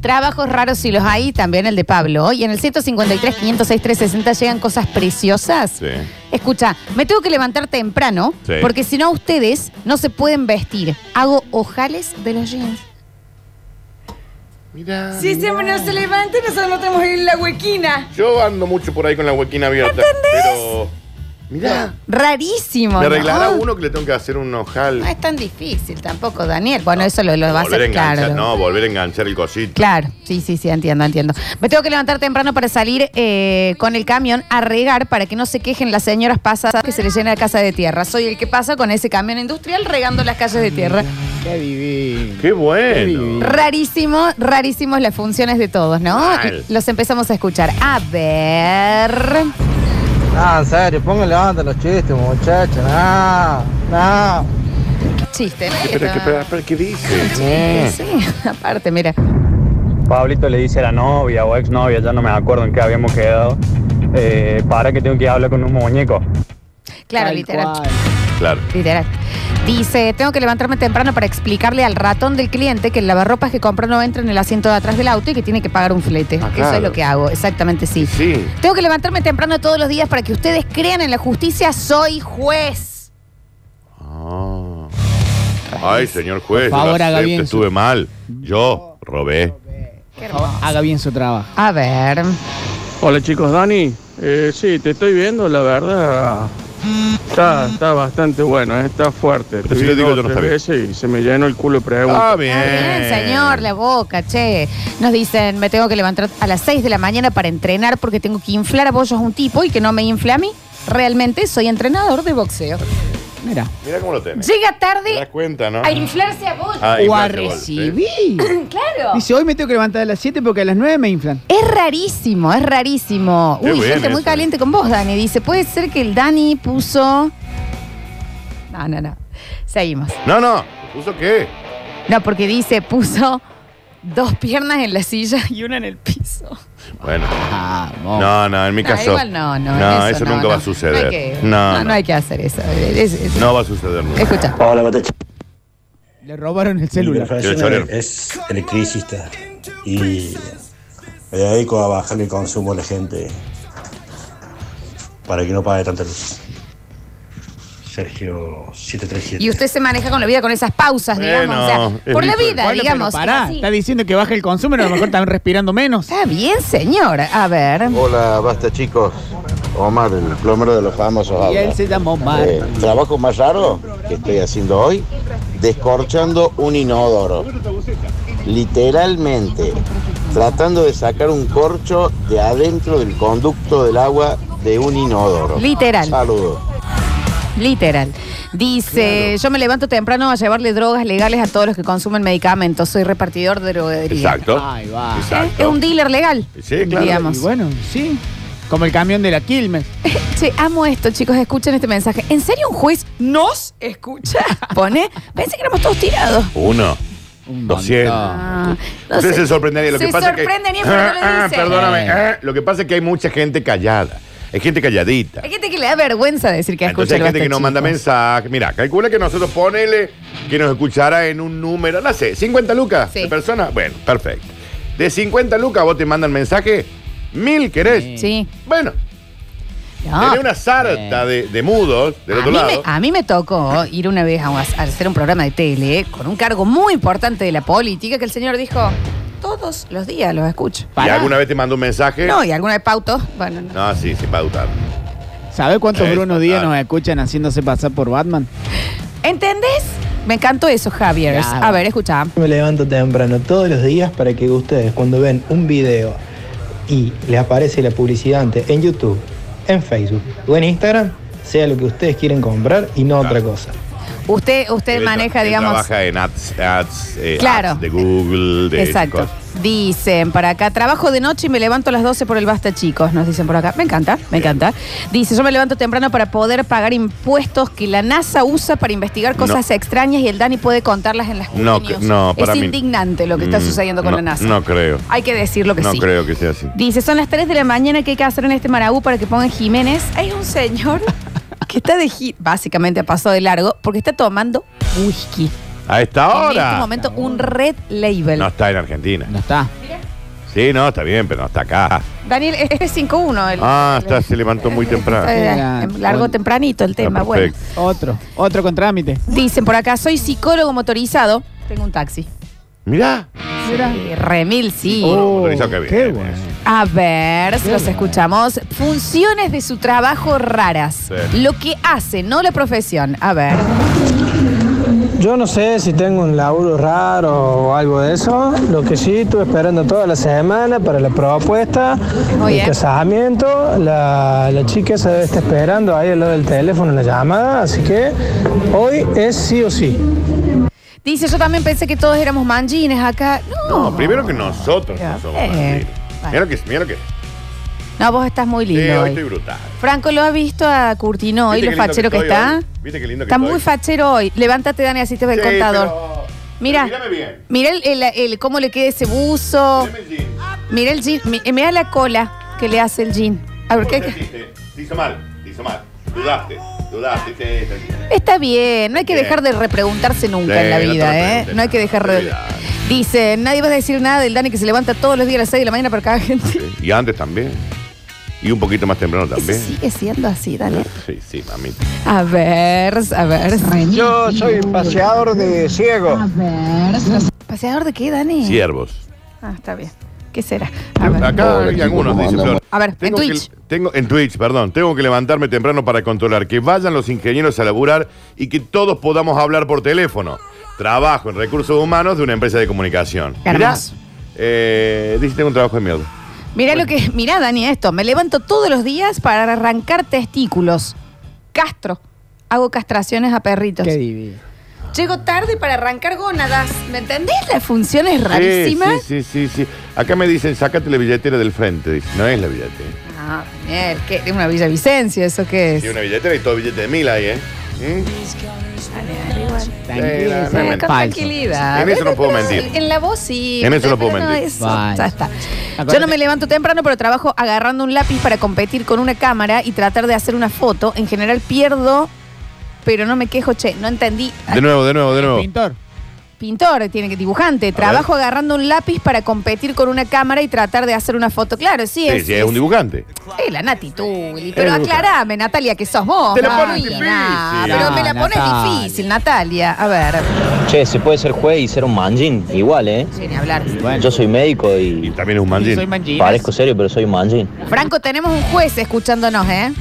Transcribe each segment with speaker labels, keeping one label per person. Speaker 1: Trabajos raros si los hay, también el de Pablo. Y en el 153, 506, 360 llegan cosas preciosas.
Speaker 2: Sí.
Speaker 1: Escucha, me tengo que levantar temprano
Speaker 2: Sí.
Speaker 1: porque si no ustedes no se pueden vestir. Hago ojales de los jeans.
Speaker 2: Mira.
Speaker 3: Si siempre no se levanta, nosotros no tenemos en la huequina.
Speaker 2: Yo ando mucho por ahí con la huequina abierta. Pero. Mirá.
Speaker 4: Ah.
Speaker 1: Rarísimo.
Speaker 2: Me
Speaker 1: ¿no? Ah,
Speaker 2: arreglará uno que le tengo que hacer un ojal.
Speaker 1: No es tan difícil tampoco, Daniel. Bueno, eso lo, lo va a
Speaker 2: volver
Speaker 1: hacer
Speaker 2: enganchar,
Speaker 1: claro.
Speaker 2: no, volver a enganchar el cosito.
Speaker 1: Claro, sí, sí, sí, entiendo, entiendo. Me tengo que levantar temprano para salir eh, con el camión a regar para que no se quejen las señoras pasadas que se les llena la casa de tierra. Soy el que pasa con ese camión industrial regando las calles de tierra.
Speaker 4: Qué divino.
Speaker 2: Qué bueno.
Speaker 1: Rarísimo, rarísimos las funciones de todos, ¿no?
Speaker 2: Mal.
Speaker 1: Los empezamos a escuchar. A ver.
Speaker 5: Ah, en serio, póngale onda a los chistes, muchachos. No, no.
Speaker 1: Chiste. ¿no?
Speaker 2: Espera, que- espera, espera, ¿qué dice?
Speaker 1: Sí, aparte, mira.
Speaker 6: Pablito le dice a la novia o exnovia, ya no me acuerdo en qué habíamos quedado, eh, para que tengo que hablar con un muñeco.
Speaker 1: Claro,
Speaker 4: Tal
Speaker 1: literal.
Speaker 4: cual.
Speaker 2: Claro.
Speaker 1: Literal. Dice, tengo que levantarme temprano para explicarle al ratón del cliente que el lavarropas que compró no entra en el asiento de atrás del auto y que tiene que pagar un flete.
Speaker 2: Ah,
Speaker 1: Eso
Speaker 2: claro.
Speaker 1: es lo que hago, exactamente sí.
Speaker 2: Sí.
Speaker 1: Tengo que levantarme temprano todos los días para que ustedes crean en la justicia, soy juez.
Speaker 2: Ah. Ay, señor juez.
Speaker 4: Por favor,
Speaker 2: yo lo
Speaker 4: haga
Speaker 2: acepto,
Speaker 4: bien su-
Speaker 2: Estuve mal. Yo robé.
Speaker 1: Qué
Speaker 4: Por favor,
Speaker 1: hermoso.
Speaker 4: Haga bien su trabajo.
Speaker 1: A ver.
Speaker 7: Hola chicos, Dani. Eh, sí, te estoy viendo, la verdad. Está, está bastante bueno, eh, está fuerte.
Speaker 2: Pero si
Speaker 7: Te
Speaker 2: lo
Speaker 7: vi
Speaker 2: digo
Speaker 7: dos,
Speaker 2: yo no
Speaker 7: tres
Speaker 2: está
Speaker 7: veces y se me llenó el culo de preguntas.
Speaker 1: Está
Speaker 2: Ah,
Speaker 1: bien, señor, la boca, che. Nos dicen, me tengo que levantar a las 6 de la mañana para entrenar porque tengo que inflar a bollos a un tipo y que no me infle a mí. Realmente soy entrenador de boxeo.
Speaker 4: Mira.
Speaker 2: Mira cómo lo tenés.
Speaker 1: Llega
Speaker 2: Te das
Speaker 1: tarde
Speaker 2: cuenta, ¿no?
Speaker 1: a inflarse a bollos.
Speaker 2: Ah,
Speaker 4: O a
Speaker 2: inflación, sí.
Speaker 4: recibir.
Speaker 1: Claro.
Speaker 4: Dice, hoy me tengo que levantar a las 7 porque a las 9 me inflan.
Speaker 1: Es rarísimo, es rarísimo.
Speaker 2: Qué
Speaker 1: Uy,
Speaker 2: bien
Speaker 1: gente muy
Speaker 2: eso.
Speaker 1: caliente con vos, Dani. Dice, puede ser que el Dani puso. No, no, no. Seguimos.
Speaker 2: No, no. ¿Puso qué?
Speaker 1: No, porque dice, puso dos piernas en la silla y una en el piso.
Speaker 2: Bueno.
Speaker 4: Vamos.
Speaker 2: No, no, en mi
Speaker 1: No,
Speaker 2: caso.
Speaker 1: igual no, no. en
Speaker 2: No, eso,
Speaker 1: no,
Speaker 2: nunca
Speaker 1: no.
Speaker 2: va a
Speaker 1: No hay
Speaker 2: suceder.
Speaker 1: que,
Speaker 2: No,
Speaker 1: no, no hay que hacer eso. Es- es-
Speaker 2: No va a suceder nunca.
Speaker 1: Escucha.
Speaker 8: Hola, Batacha.
Speaker 4: Le robaron el
Speaker 8: Mi
Speaker 4: celular.
Speaker 2: Quiero chorear.
Speaker 8: profesión es electricista y me dedico a bajar el consumo de la gente para que no pague tanta luz. Sergio 737.
Speaker 1: Y usted se maneja con la vida con esas pausas, digamos. o sea,
Speaker 2: Bueno, es
Speaker 1: por la
Speaker 2: diferente.
Speaker 1: vida,
Speaker 4: Bueno,
Speaker 1: digamos.
Speaker 4: pero pará,
Speaker 1: así.
Speaker 4: está diciendo que baja el consumo, pero a lo mejor están respirando menos.
Speaker 1: Está bien, señor. A ver.
Speaker 9: Hola, basta chicos. Omar, el plomero de los famosos.
Speaker 4: Y
Speaker 9: habla.
Speaker 4: él se llamó Mar.
Speaker 9: Eh, trabajo más raro que estoy haciendo hoy, descorchando un inodoro. Literalmente, tratando de sacar un corcho de adentro del conducto del agua de un inodoro.
Speaker 1: Literal.
Speaker 9: Saludos.
Speaker 1: Literal. Dice, yo me levanto temprano a llevarle drogas legales a todos los que consumen medicamentos. Soy repartidor de droguería.
Speaker 2: Exacto.
Speaker 4: Ahí va.
Speaker 1: ¿Eh? Es
Speaker 2: Exacto.
Speaker 1: un dealer legal.
Speaker 2: Sí, claro.
Speaker 1: Digamos.
Speaker 4: Y bueno, sí. Como el camión de la Quilmes.
Speaker 1: Che, amo esto, chicos. Escuchen este mensaje. ¿En serio un juez nos escucha? Pone. Pensé que éramos todos tirados.
Speaker 2: Uno.
Speaker 4: Un
Speaker 2: Doscientos.
Speaker 4: montón.
Speaker 1: Ah, no
Speaker 2: Ustedes
Speaker 1: sé.
Speaker 2: se sorprenderían. Lo que
Speaker 1: Se
Speaker 2: pasa es que-
Speaker 1: sorprenderían, pero eh. no lo
Speaker 2: Ah, ah,
Speaker 1: dicen.
Speaker 2: Perdóname. ah, lo que pasa es que hay mucha gente callada. Hay gente calladita.
Speaker 1: Hay gente que le da vergüenza decir que escucha
Speaker 2: Entonces hay
Speaker 1: el
Speaker 2: gente que
Speaker 1: Basta,
Speaker 2: nos manda
Speaker 1: chicos.
Speaker 2: mensajes. Mira, calcula que nosotros ponele que nos escuchara en un número, no sé, 50 lucas
Speaker 1: Sí.
Speaker 2: de personas. Bueno, perfecto. De 50 lucas vos te mandan mensaje, mil querés.
Speaker 1: Sí.
Speaker 2: Bueno,
Speaker 1: No.
Speaker 2: tenés una sarta de, de mudos
Speaker 1: Ah. A
Speaker 2: del
Speaker 1: mí,
Speaker 2: otro
Speaker 1: me, ah,
Speaker 2: lado.
Speaker 1: a mí me tocó ir una vez a, a hacer un programa de tele eh, con un cargo muy importante de la política que el señor dijo, todos los días los escucho.
Speaker 2: y
Speaker 4: Pará.
Speaker 2: alguna vez te mandó un mensaje.
Speaker 1: No, y alguna de pauto, bueno, no.
Speaker 2: No, sí, sí, pautar.
Speaker 4: ¿Sabe cuántos
Speaker 2: Es
Speaker 4: Bruno Díaz
Speaker 2: fatal.
Speaker 4: nos escuchan haciéndose pasar por Batman?
Speaker 1: ¿Entendés? Me encantó eso, Javier.
Speaker 4: Claro.
Speaker 1: A ver, escucha.
Speaker 5: Me levanto temprano todos los días para que ustedes cuando ven un video y les aparece la publicidad antes en YouTube, en Facebook o en Instagram, sea lo que ustedes quieren comprar y no otra cosa.
Speaker 1: Usted, usted
Speaker 2: Él
Speaker 1: maneja,
Speaker 2: tra- él
Speaker 1: digamos.
Speaker 2: Trabaja en ads, ads, eh,
Speaker 1: Claro.
Speaker 2: ads de Google, de este
Speaker 1: Exacto.
Speaker 2: cosas.
Speaker 1: Dicen para acá, trabajo de noche y me levanto a las 12 por el basta, chicos. Nos dicen por acá. Me encanta, me encanta. Dice, yo me levanto temprano para poder pagar impuestos que la NASA usa para investigar cosas extrañas y el Dani puede contarlas en las
Speaker 2: No,
Speaker 1: Wikinews.
Speaker 2: que- no, para
Speaker 1: Es
Speaker 2: mí-
Speaker 1: indignante lo que está
Speaker 2: Mm,
Speaker 1: sucediendo con
Speaker 2: no,
Speaker 1: la NASA.
Speaker 2: No creo.
Speaker 1: Hay que decir lo que
Speaker 2: no
Speaker 1: sí.
Speaker 2: creo que sea así.
Speaker 1: Dice, son las 3 de la mañana que hay que hacer en este Marabú para que pongan Jiménez. Hay un señor que está de gi- básicamente pasó de largo, porque está tomando whisky.
Speaker 2: A esta
Speaker 1: En este
Speaker 2: hora.
Speaker 1: momento, un red label.
Speaker 2: No está en Argentina.
Speaker 4: No está.
Speaker 2: Sí, no, está bien, pero no está acá.
Speaker 1: Daniel, es, es 5-1. el-
Speaker 2: Ah,
Speaker 1: el-
Speaker 2: está, se levantó muy temprano.
Speaker 1: Eh,
Speaker 4: Era-
Speaker 1: largo
Speaker 4: bueno.
Speaker 1: tempranito el tema.
Speaker 2: Está
Speaker 1: Bueno,
Speaker 2: Ah, perfecto.
Speaker 4: Otro. Otro con trámite.
Speaker 1: dicen por acá, soy psicólogo motorizado. Tengo un taxi.
Speaker 2: Mirá.
Speaker 1: Eh, remil, sí.
Speaker 2: Oh, motorizado que
Speaker 4: qué
Speaker 2: bien,
Speaker 4: bueno.
Speaker 1: A ver, si los escuchamos. Funciones de su trabajo raras.
Speaker 2: Sí.
Speaker 1: Lo que hace, no la profesión. A ver.
Speaker 10: Yo no sé si tengo un laburo raro o algo de eso. Lo que sí estuve esperando toda la semana para la propuesta,
Speaker 1: Muy bien.
Speaker 10: el casamiento. La, la chica se está esperando ahí al lado del teléfono la llamada, así que hoy es sí o sí.
Speaker 1: Dice, yo también pensé que todos éramos manjines acá. No.
Speaker 2: No, primero que nosotros
Speaker 1: Ya
Speaker 2: no somos
Speaker 1: sé.
Speaker 2: argentinos.
Speaker 1: Bueno.
Speaker 2: Mira lo que, mira lo que.
Speaker 1: No, vos estás muy
Speaker 2: Sí,
Speaker 1: lindo
Speaker 2: hoy
Speaker 1: hoy.
Speaker 2: estoy brutal.
Speaker 1: Franco, ¿lo has visto a Curtino hoy,
Speaker 2: ¿Viste
Speaker 1: lo
Speaker 2: qué lindo
Speaker 1: fachero que,
Speaker 2: estoy
Speaker 1: está?
Speaker 2: hoy? ¿Viste qué lindo que
Speaker 1: Está muy
Speaker 2: estoy?
Speaker 1: fachero hoy. Levántate, Dani, así te ve el
Speaker 2: Sí,
Speaker 1: contador.
Speaker 2: pero-
Speaker 1: Mira,
Speaker 2: pero mírame bien.
Speaker 1: mira el, el- el- cómo le queda ese buzo.
Speaker 2: Mírame el jean.
Speaker 1: Mira el jean. mi- Mira la cola que le hace el jean. A ver,
Speaker 2: ¿Cómo
Speaker 1: ¿qué?
Speaker 2: te sentiste? Te hizo mal, te hizo mal. Dudaste, dudaste. te- te-
Speaker 1: Está bien, no hay que
Speaker 2: Bien.
Speaker 1: dejar de repreguntarse nunca
Speaker 2: Sí,
Speaker 1: en la
Speaker 2: no te
Speaker 1: vida, ¿eh?
Speaker 2: repreguntes
Speaker 1: No hay que
Speaker 2: nada,
Speaker 1: dejar
Speaker 2: no te
Speaker 1: de...
Speaker 2: olvidas.
Speaker 1: Dice, nadie va a decir nada del Dani que se levanta todos los días a las 6 de la mañana para cada gente.
Speaker 2: Y antes también. Y un poquito más temprano
Speaker 1: Eso
Speaker 2: también.
Speaker 1: sigue siendo así, Dani.
Speaker 2: Sí, sí, mami.
Speaker 1: A ver, a ver.
Speaker 10: Yo soy paseador de ciego.
Speaker 1: ¿Paseador de qué, Dani?
Speaker 2: Siervos.
Speaker 1: Ah, está bien. ¿Qué será? A ver,
Speaker 2: Acá hay algunos, dice Flor.
Speaker 1: A ver, en
Speaker 2: que-
Speaker 1: Twitch.
Speaker 2: tengo, en Twitch, perdón. Tengo que levantarme temprano para controlar que vayan los ingenieros a laburar y que todos podamos hablar por teléfono. Trabajo en recursos humanos de una empresa de comunicación. Mirá,
Speaker 1: Hermoso.
Speaker 2: eh, dice, tengo un trabajo de miedo.
Speaker 1: Mirá lo que... Mirá, Dani, esto. Me levanto todos los días para arrancar testículos. Castro. Hago castraciones a perritos.
Speaker 4: Qué divino.
Speaker 1: Llego tarde para arrancar gónadas. ¿Me entendés? Las funciones rarísimas.
Speaker 2: Sí, sí, sí, sí. Acá me dicen, sácate la billetera del frente. Dice, no es la billetera.
Speaker 1: Ah, Daniel, ¿qué? De una Villa Vicencio, ¿eso qué es?
Speaker 2: Tiene una billetera y todo billete de mil ahí, ¿eh? ¿Mm?
Speaker 4: Tranquilo.
Speaker 1: Sí, con
Speaker 2: Realmente.
Speaker 4: Falso.
Speaker 1: tranquilidad.
Speaker 2: En eso no puedo
Speaker 1: Pero
Speaker 2: mentir.
Speaker 1: En la voz sí.
Speaker 2: En eso no puedo
Speaker 1: Pero
Speaker 2: mentir.
Speaker 1: eso,
Speaker 4: Vale.
Speaker 1: ya está.
Speaker 4: Acuérdate-
Speaker 1: Yo no me levanto temprano, pero trabajo agarrando un lápiz para competir con una cámara y tratar de hacer una foto. En general pierdo, pero no me quejo, che, no entendí.
Speaker 2: De nuevo, de nuevo, de nuevo.
Speaker 4: Pintor.
Speaker 1: Pintor, tiene que dibujante. Trabajo agarrando un lápiz para competir con una cámara y tratar de hacer una foto. Claro, sí,
Speaker 2: Sí,
Speaker 1: es.
Speaker 2: sí, es un dibujante.
Speaker 1: Eh, la Nati Tuli. Pero
Speaker 2: Es un-
Speaker 1: aclarame, Natalia, que sos vos.
Speaker 2: Te la pones
Speaker 1: Ay,
Speaker 2: difícil.
Speaker 1: nah, pero me la
Speaker 4: No,
Speaker 1: pones
Speaker 4: Natalia.
Speaker 1: difícil, Natalia. A ver,
Speaker 9: Che, se puede ser juez y ser un manjín, igual, ¿eh?
Speaker 1: sin hablar.
Speaker 4: Bueno.
Speaker 9: Yo soy médico
Speaker 2: Y
Speaker 9: y
Speaker 2: también es un
Speaker 4: Yo soy
Speaker 2: manjín.
Speaker 4: manjines.
Speaker 9: parezco serio, pero soy un manjín.
Speaker 1: Franco, tenemos un juez escuchándonos, ¿eh?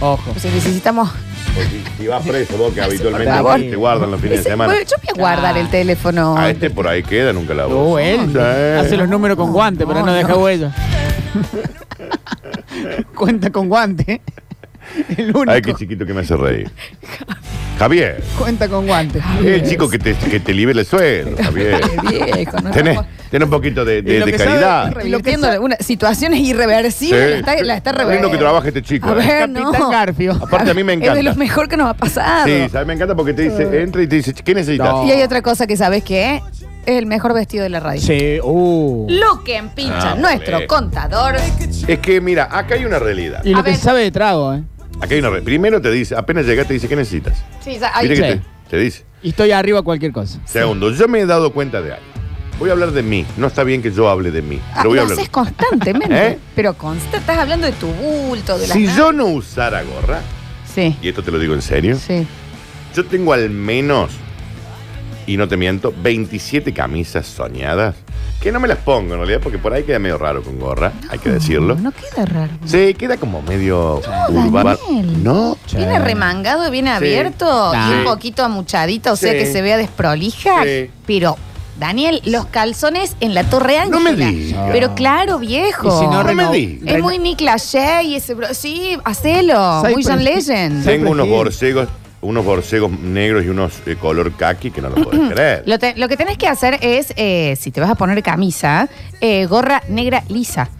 Speaker 4: Ojo.
Speaker 1: O sea, necesitamos.
Speaker 2: Porque Si vas preso vos, que habitualmente
Speaker 1: favor.
Speaker 2: te guardan los fines de
Speaker 1: Ese-
Speaker 2: semana.
Speaker 1: Yo voy a guardar el teléfono.
Speaker 2: A este por ahí queda, nunca la
Speaker 4: Oh,
Speaker 2: voz.
Speaker 4: él.
Speaker 2: Sí.
Speaker 4: Hace los números con guante, pero
Speaker 1: no,
Speaker 4: no, deja huella. Cuenta con guante. El único.
Speaker 2: Ay, qué chiquito que me hace reír. Javier,
Speaker 4: Cuenta con guante.
Speaker 2: el chico que te, que te libera el sueldo, Javier.
Speaker 1: Viejo, ¿no?
Speaker 2: Tenés, tenés un poquito de, de-
Speaker 4: Y lo
Speaker 2: de
Speaker 4: que
Speaker 2: caridad.
Speaker 4: sabe-
Speaker 1: Revirtiendo alguna- situaciones
Speaker 2: Ah. Sí.
Speaker 1: irreversibles. La está, la está
Speaker 2: Qué lindo que
Speaker 1: revertiendo.
Speaker 2: trabaja este chico.
Speaker 1: A
Speaker 2: eh.
Speaker 1: ver, no.
Speaker 4: Capitán Garfio.
Speaker 2: Aparte, a mí me
Speaker 1: Es de lo
Speaker 2: encanta.
Speaker 1: mejor que nos ha pasado.
Speaker 2: Sí, ¿sabes? me encanta porque te dice, entra y te dice, ¿qué necesitas?
Speaker 4: No.
Speaker 1: Y hay otra cosa que sabes que es el mejor vestido de la radio.
Speaker 4: Sí, uh.
Speaker 1: Lo que empincha
Speaker 2: Ah,
Speaker 1: nuestro
Speaker 2: vale.
Speaker 1: contador.
Speaker 2: Es que, mira, acá hay una realidad.
Speaker 4: Y
Speaker 1: A
Speaker 4: lo que
Speaker 1: ver.
Speaker 4: se sabe de trago, ¿eh?
Speaker 2: Acá hay una realidad. Primero te dice, apenas llegaste, te dice, ¿qué necesitas?
Speaker 1: Sí, ya, ahí-
Speaker 2: Mire que
Speaker 4: sí.
Speaker 2: te, te dice.
Speaker 4: Y estoy arriba a cualquier cosa.
Speaker 2: Segundo, yo me he dado cuenta de algo. Voy a hablar de mí. No está bien que yo hable de mí.
Speaker 1: Ah,
Speaker 2: Lo voy a hablar.
Speaker 1: haces constantemente.
Speaker 2: ¿Eh?
Speaker 1: Pero constante. Estás hablando de tu bulto, de la.
Speaker 2: Si yo no usara gorra,
Speaker 1: Sí,
Speaker 2: y esto te lo digo en serio,
Speaker 1: sí.
Speaker 2: yo tengo al menos, y no te miento, 27 camisas soñadas. Que no me las pongo en realidad, porque por ahí queda medio raro con gorra, hay que decirlo.
Speaker 1: No queda raro.
Speaker 2: Sí, queda como medio
Speaker 1: No,
Speaker 2: urbano.
Speaker 1: Daniel.
Speaker 2: No,
Speaker 1: Viene remangado, viene
Speaker 2: Sí.
Speaker 1: abierto
Speaker 4: Ah.
Speaker 1: y un
Speaker 2: Sí.
Speaker 1: poquito amuchadita, o sea
Speaker 2: Sí.
Speaker 1: que se vea desprolija.
Speaker 2: Sí.
Speaker 1: Pero, Daniel, los calzones en la Torre Ángela.
Speaker 2: No me digas.
Speaker 1: Pero claro,
Speaker 4: Y
Speaker 1: viejo.
Speaker 4: si no,
Speaker 2: No me
Speaker 4: reno-
Speaker 2: digas.
Speaker 1: es muy Nick Lachey y ese bro. Sí, hacelo.
Speaker 4: Soy
Speaker 1: Muy John
Speaker 4: pre-
Speaker 1: Legend.
Speaker 2: tengo unos
Speaker 4: Sí.
Speaker 2: borcegos, unos borcegos negros y unos de color kaki que no los podés creer.
Speaker 1: Lo, te- lo que tenés que hacer es, eh, si te vas a poner camisa, eh, gorra negra lisa.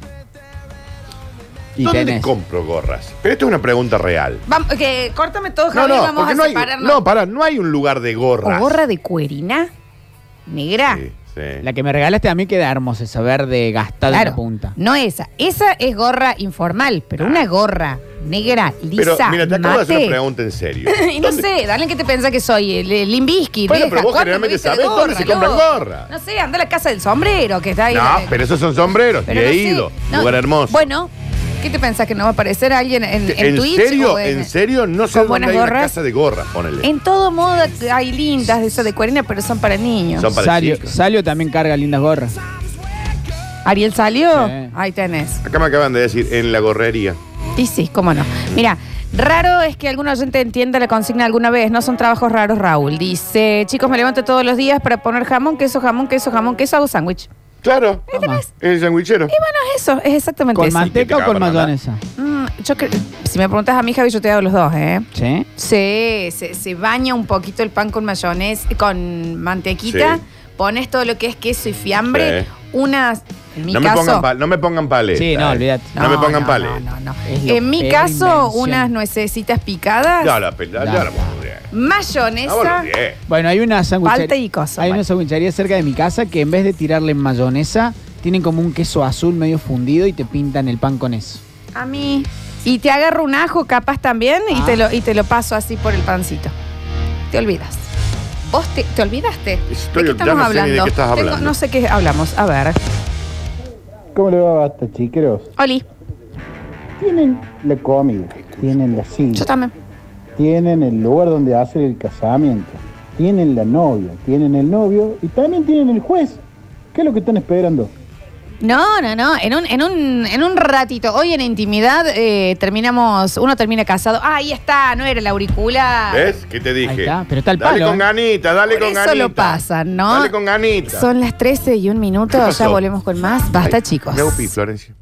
Speaker 4: Y
Speaker 2: ¿Dónde
Speaker 4: tenés.
Speaker 2: compro gorras? Pero esto es una pregunta real.
Speaker 1: Vamos, que córtame todo,
Speaker 2: No,
Speaker 1: Javier,
Speaker 2: no,
Speaker 1: vamos
Speaker 2: porque
Speaker 1: a
Speaker 2: no hay,
Speaker 1: separarnos.
Speaker 2: no, para, no hay un lugar de gorras.
Speaker 1: o gorra de cuerina negra.
Speaker 2: Sí, Sí.
Speaker 4: La que me regalaste a mí queda hermosa, esa verde gastada en la
Speaker 1: Claro.
Speaker 4: punta.
Speaker 1: No esa. Esa es gorra informal, pero una gorra negra,
Speaker 2: Pero
Speaker 1: lisa,
Speaker 2: mira, te acabo de hacer
Speaker 1: mate.
Speaker 2: una pregunta en serio.
Speaker 1: y no
Speaker 2: ¿Dónde-
Speaker 1: sé, dale que te pensás que soy el, el Limbisky.
Speaker 2: Bueno,
Speaker 1: deja,
Speaker 2: pero vos
Speaker 1: ¿cuánto
Speaker 2: generalmente
Speaker 1: tuviste de
Speaker 2: sabés dónde se compran
Speaker 1: loco?
Speaker 2: gorras.
Speaker 1: No sé, anda a la casa del sombrero que está ahí.
Speaker 2: No,
Speaker 1: la-
Speaker 2: pero esos son sombreros.
Speaker 1: pero
Speaker 2: y
Speaker 1: no
Speaker 2: he
Speaker 1: sé.
Speaker 2: ido.
Speaker 1: No,
Speaker 2: Lugar hermoso.
Speaker 1: Bueno, ¿qué te pensás que no va a aparecer alguien en, en,
Speaker 2: ¿En
Speaker 1: Twitch?
Speaker 2: serio?
Speaker 1: o
Speaker 2: ¿En serio? No sé
Speaker 1: con
Speaker 2: dónde
Speaker 1: buenas
Speaker 2: hay una
Speaker 1: gorras?
Speaker 2: casa de gorras, ponele.
Speaker 1: En todo modo hay lindas de esas de cuarina, pero son para niños.
Speaker 2: Son para
Speaker 4: Salio,
Speaker 2: chicos.
Speaker 4: Salio también carga lindas gorras.
Speaker 1: ¿Ariel salió?
Speaker 4: Sí.
Speaker 1: Ahí tenés.
Speaker 2: Acá me acaban de decir, en la gorrería.
Speaker 1: Y sí, cómo no. Mira, raro es que algún oyente entienda la consigna alguna vez. No son trabajos raros, Raúl. Dice, chicos, me levanto todos los días para poner jamón, queso, jamón, queso, jamón, queso, hago sándwich.
Speaker 2: Claro. El sandwichero.
Speaker 1: Bueno, es eso, es exactamente
Speaker 4: ¿Con
Speaker 1: eso.
Speaker 2: ¿Y qué te
Speaker 4: manteca o con
Speaker 2: acaba de mandar?
Speaker 4: mayonesa?
Speaker 1: Mm, yo cre- si me preguntas a mi Javi, yo te hago los dos, ¿eh?
Speaker 4: Sí.
Speaker 1: Sí, se, se baña un poquito el pan con mayonesa, con mantequita,
Speaker 2: Sí.
Speaker 1: pones todo lo que es queso y fiambre,
Speaker 2: Sí.
Speaker 1: unas, en mi
Speaker 2: No me,
Speaker 1: caso...
Speaker 2: pongan pal- no me pongan paleta.
Speaker 4: Sí, no,
Speaker 2: eh.
Speaker 4: olvídate.
Speaker 2: No, me pongan paleta.
Speaker 1: No, no, no.
Speaker 4: Es lo
Speaker 1: En mi
Speaker 4: peor
Speaker 1: caso,
Speaker 4: invención.
Speaker 1: unas nuecesitas picadas,
Speaker 2: Ya la pelada, ya la
Speaker 1: mayonesa,
Speaker 4: Bueno, hay una sanguchería.
Speaker 1: Palta y cosa,
Speaker 4: Hay
Speaker 1: bueno.
Speaker 4: una sanguchería cerca de mi casa que en vez de tirarle mayonesa, tienen como un queso azul medio fundido y te pintan el pan con eso.
Speaker 1: a mí. Y te agarro un ajo capaz también y,
Speaker 4: Ah.
Speaker 1: te lo, y te lo paso así por el pancito. Te olvidas. ¿Vos te, te olvidaste?
Speaker 2: Estoy-
Speaker 1: ¿De qué
Speaker 2: ya
Speaker 1: estamos
Speaker 2: no sé ni de
Speaker 1: hablando?
Speaker 2: qué estás hablando.
Speaker 1: no sé qué hablamos. A ver.
Speaker 10: ¿Cómo le va hasta chiqueros?
Speaker 1: Oli,
Speaker 10: Tienen la comida, tienen la silla.
Speaker 1: yo también.
Speaker 10: tienen el lugar donde hacen el casamiento, tienen la novia, tienen el novio y también tienen el juez. ¿Qué es lo que están esperando?
Speaker 1: No, no, no. En un, en un, en un ratito, hoy en intimidad, eh, terminamos. Uno termina casado. Ah, ahí está, no era el auricular.
Speaker 2: ¿Ves? ¿Qué te dije?
Speaker 4: Ahí está, pero está el
Speaker 2: Dale
Speaker 4: palo,
Speaker 2: con
Speaker 4: eh.
Speaker 2: ganita, dale
Speaker 1: Por
Speaker 2: con
Speaker 1: eso
Speaker 2: ganita.
Speaker 1: lo pasan, ¿no?
Speaker 2: Dale con ganita.
Speaker 1: Son las 13 y un minuto,
Speaker 2: ¿Qué pasó?
Speaker 1: ya volvemos con más. Basta, chicos.
Speaker 2: Me hago pis, Florencia.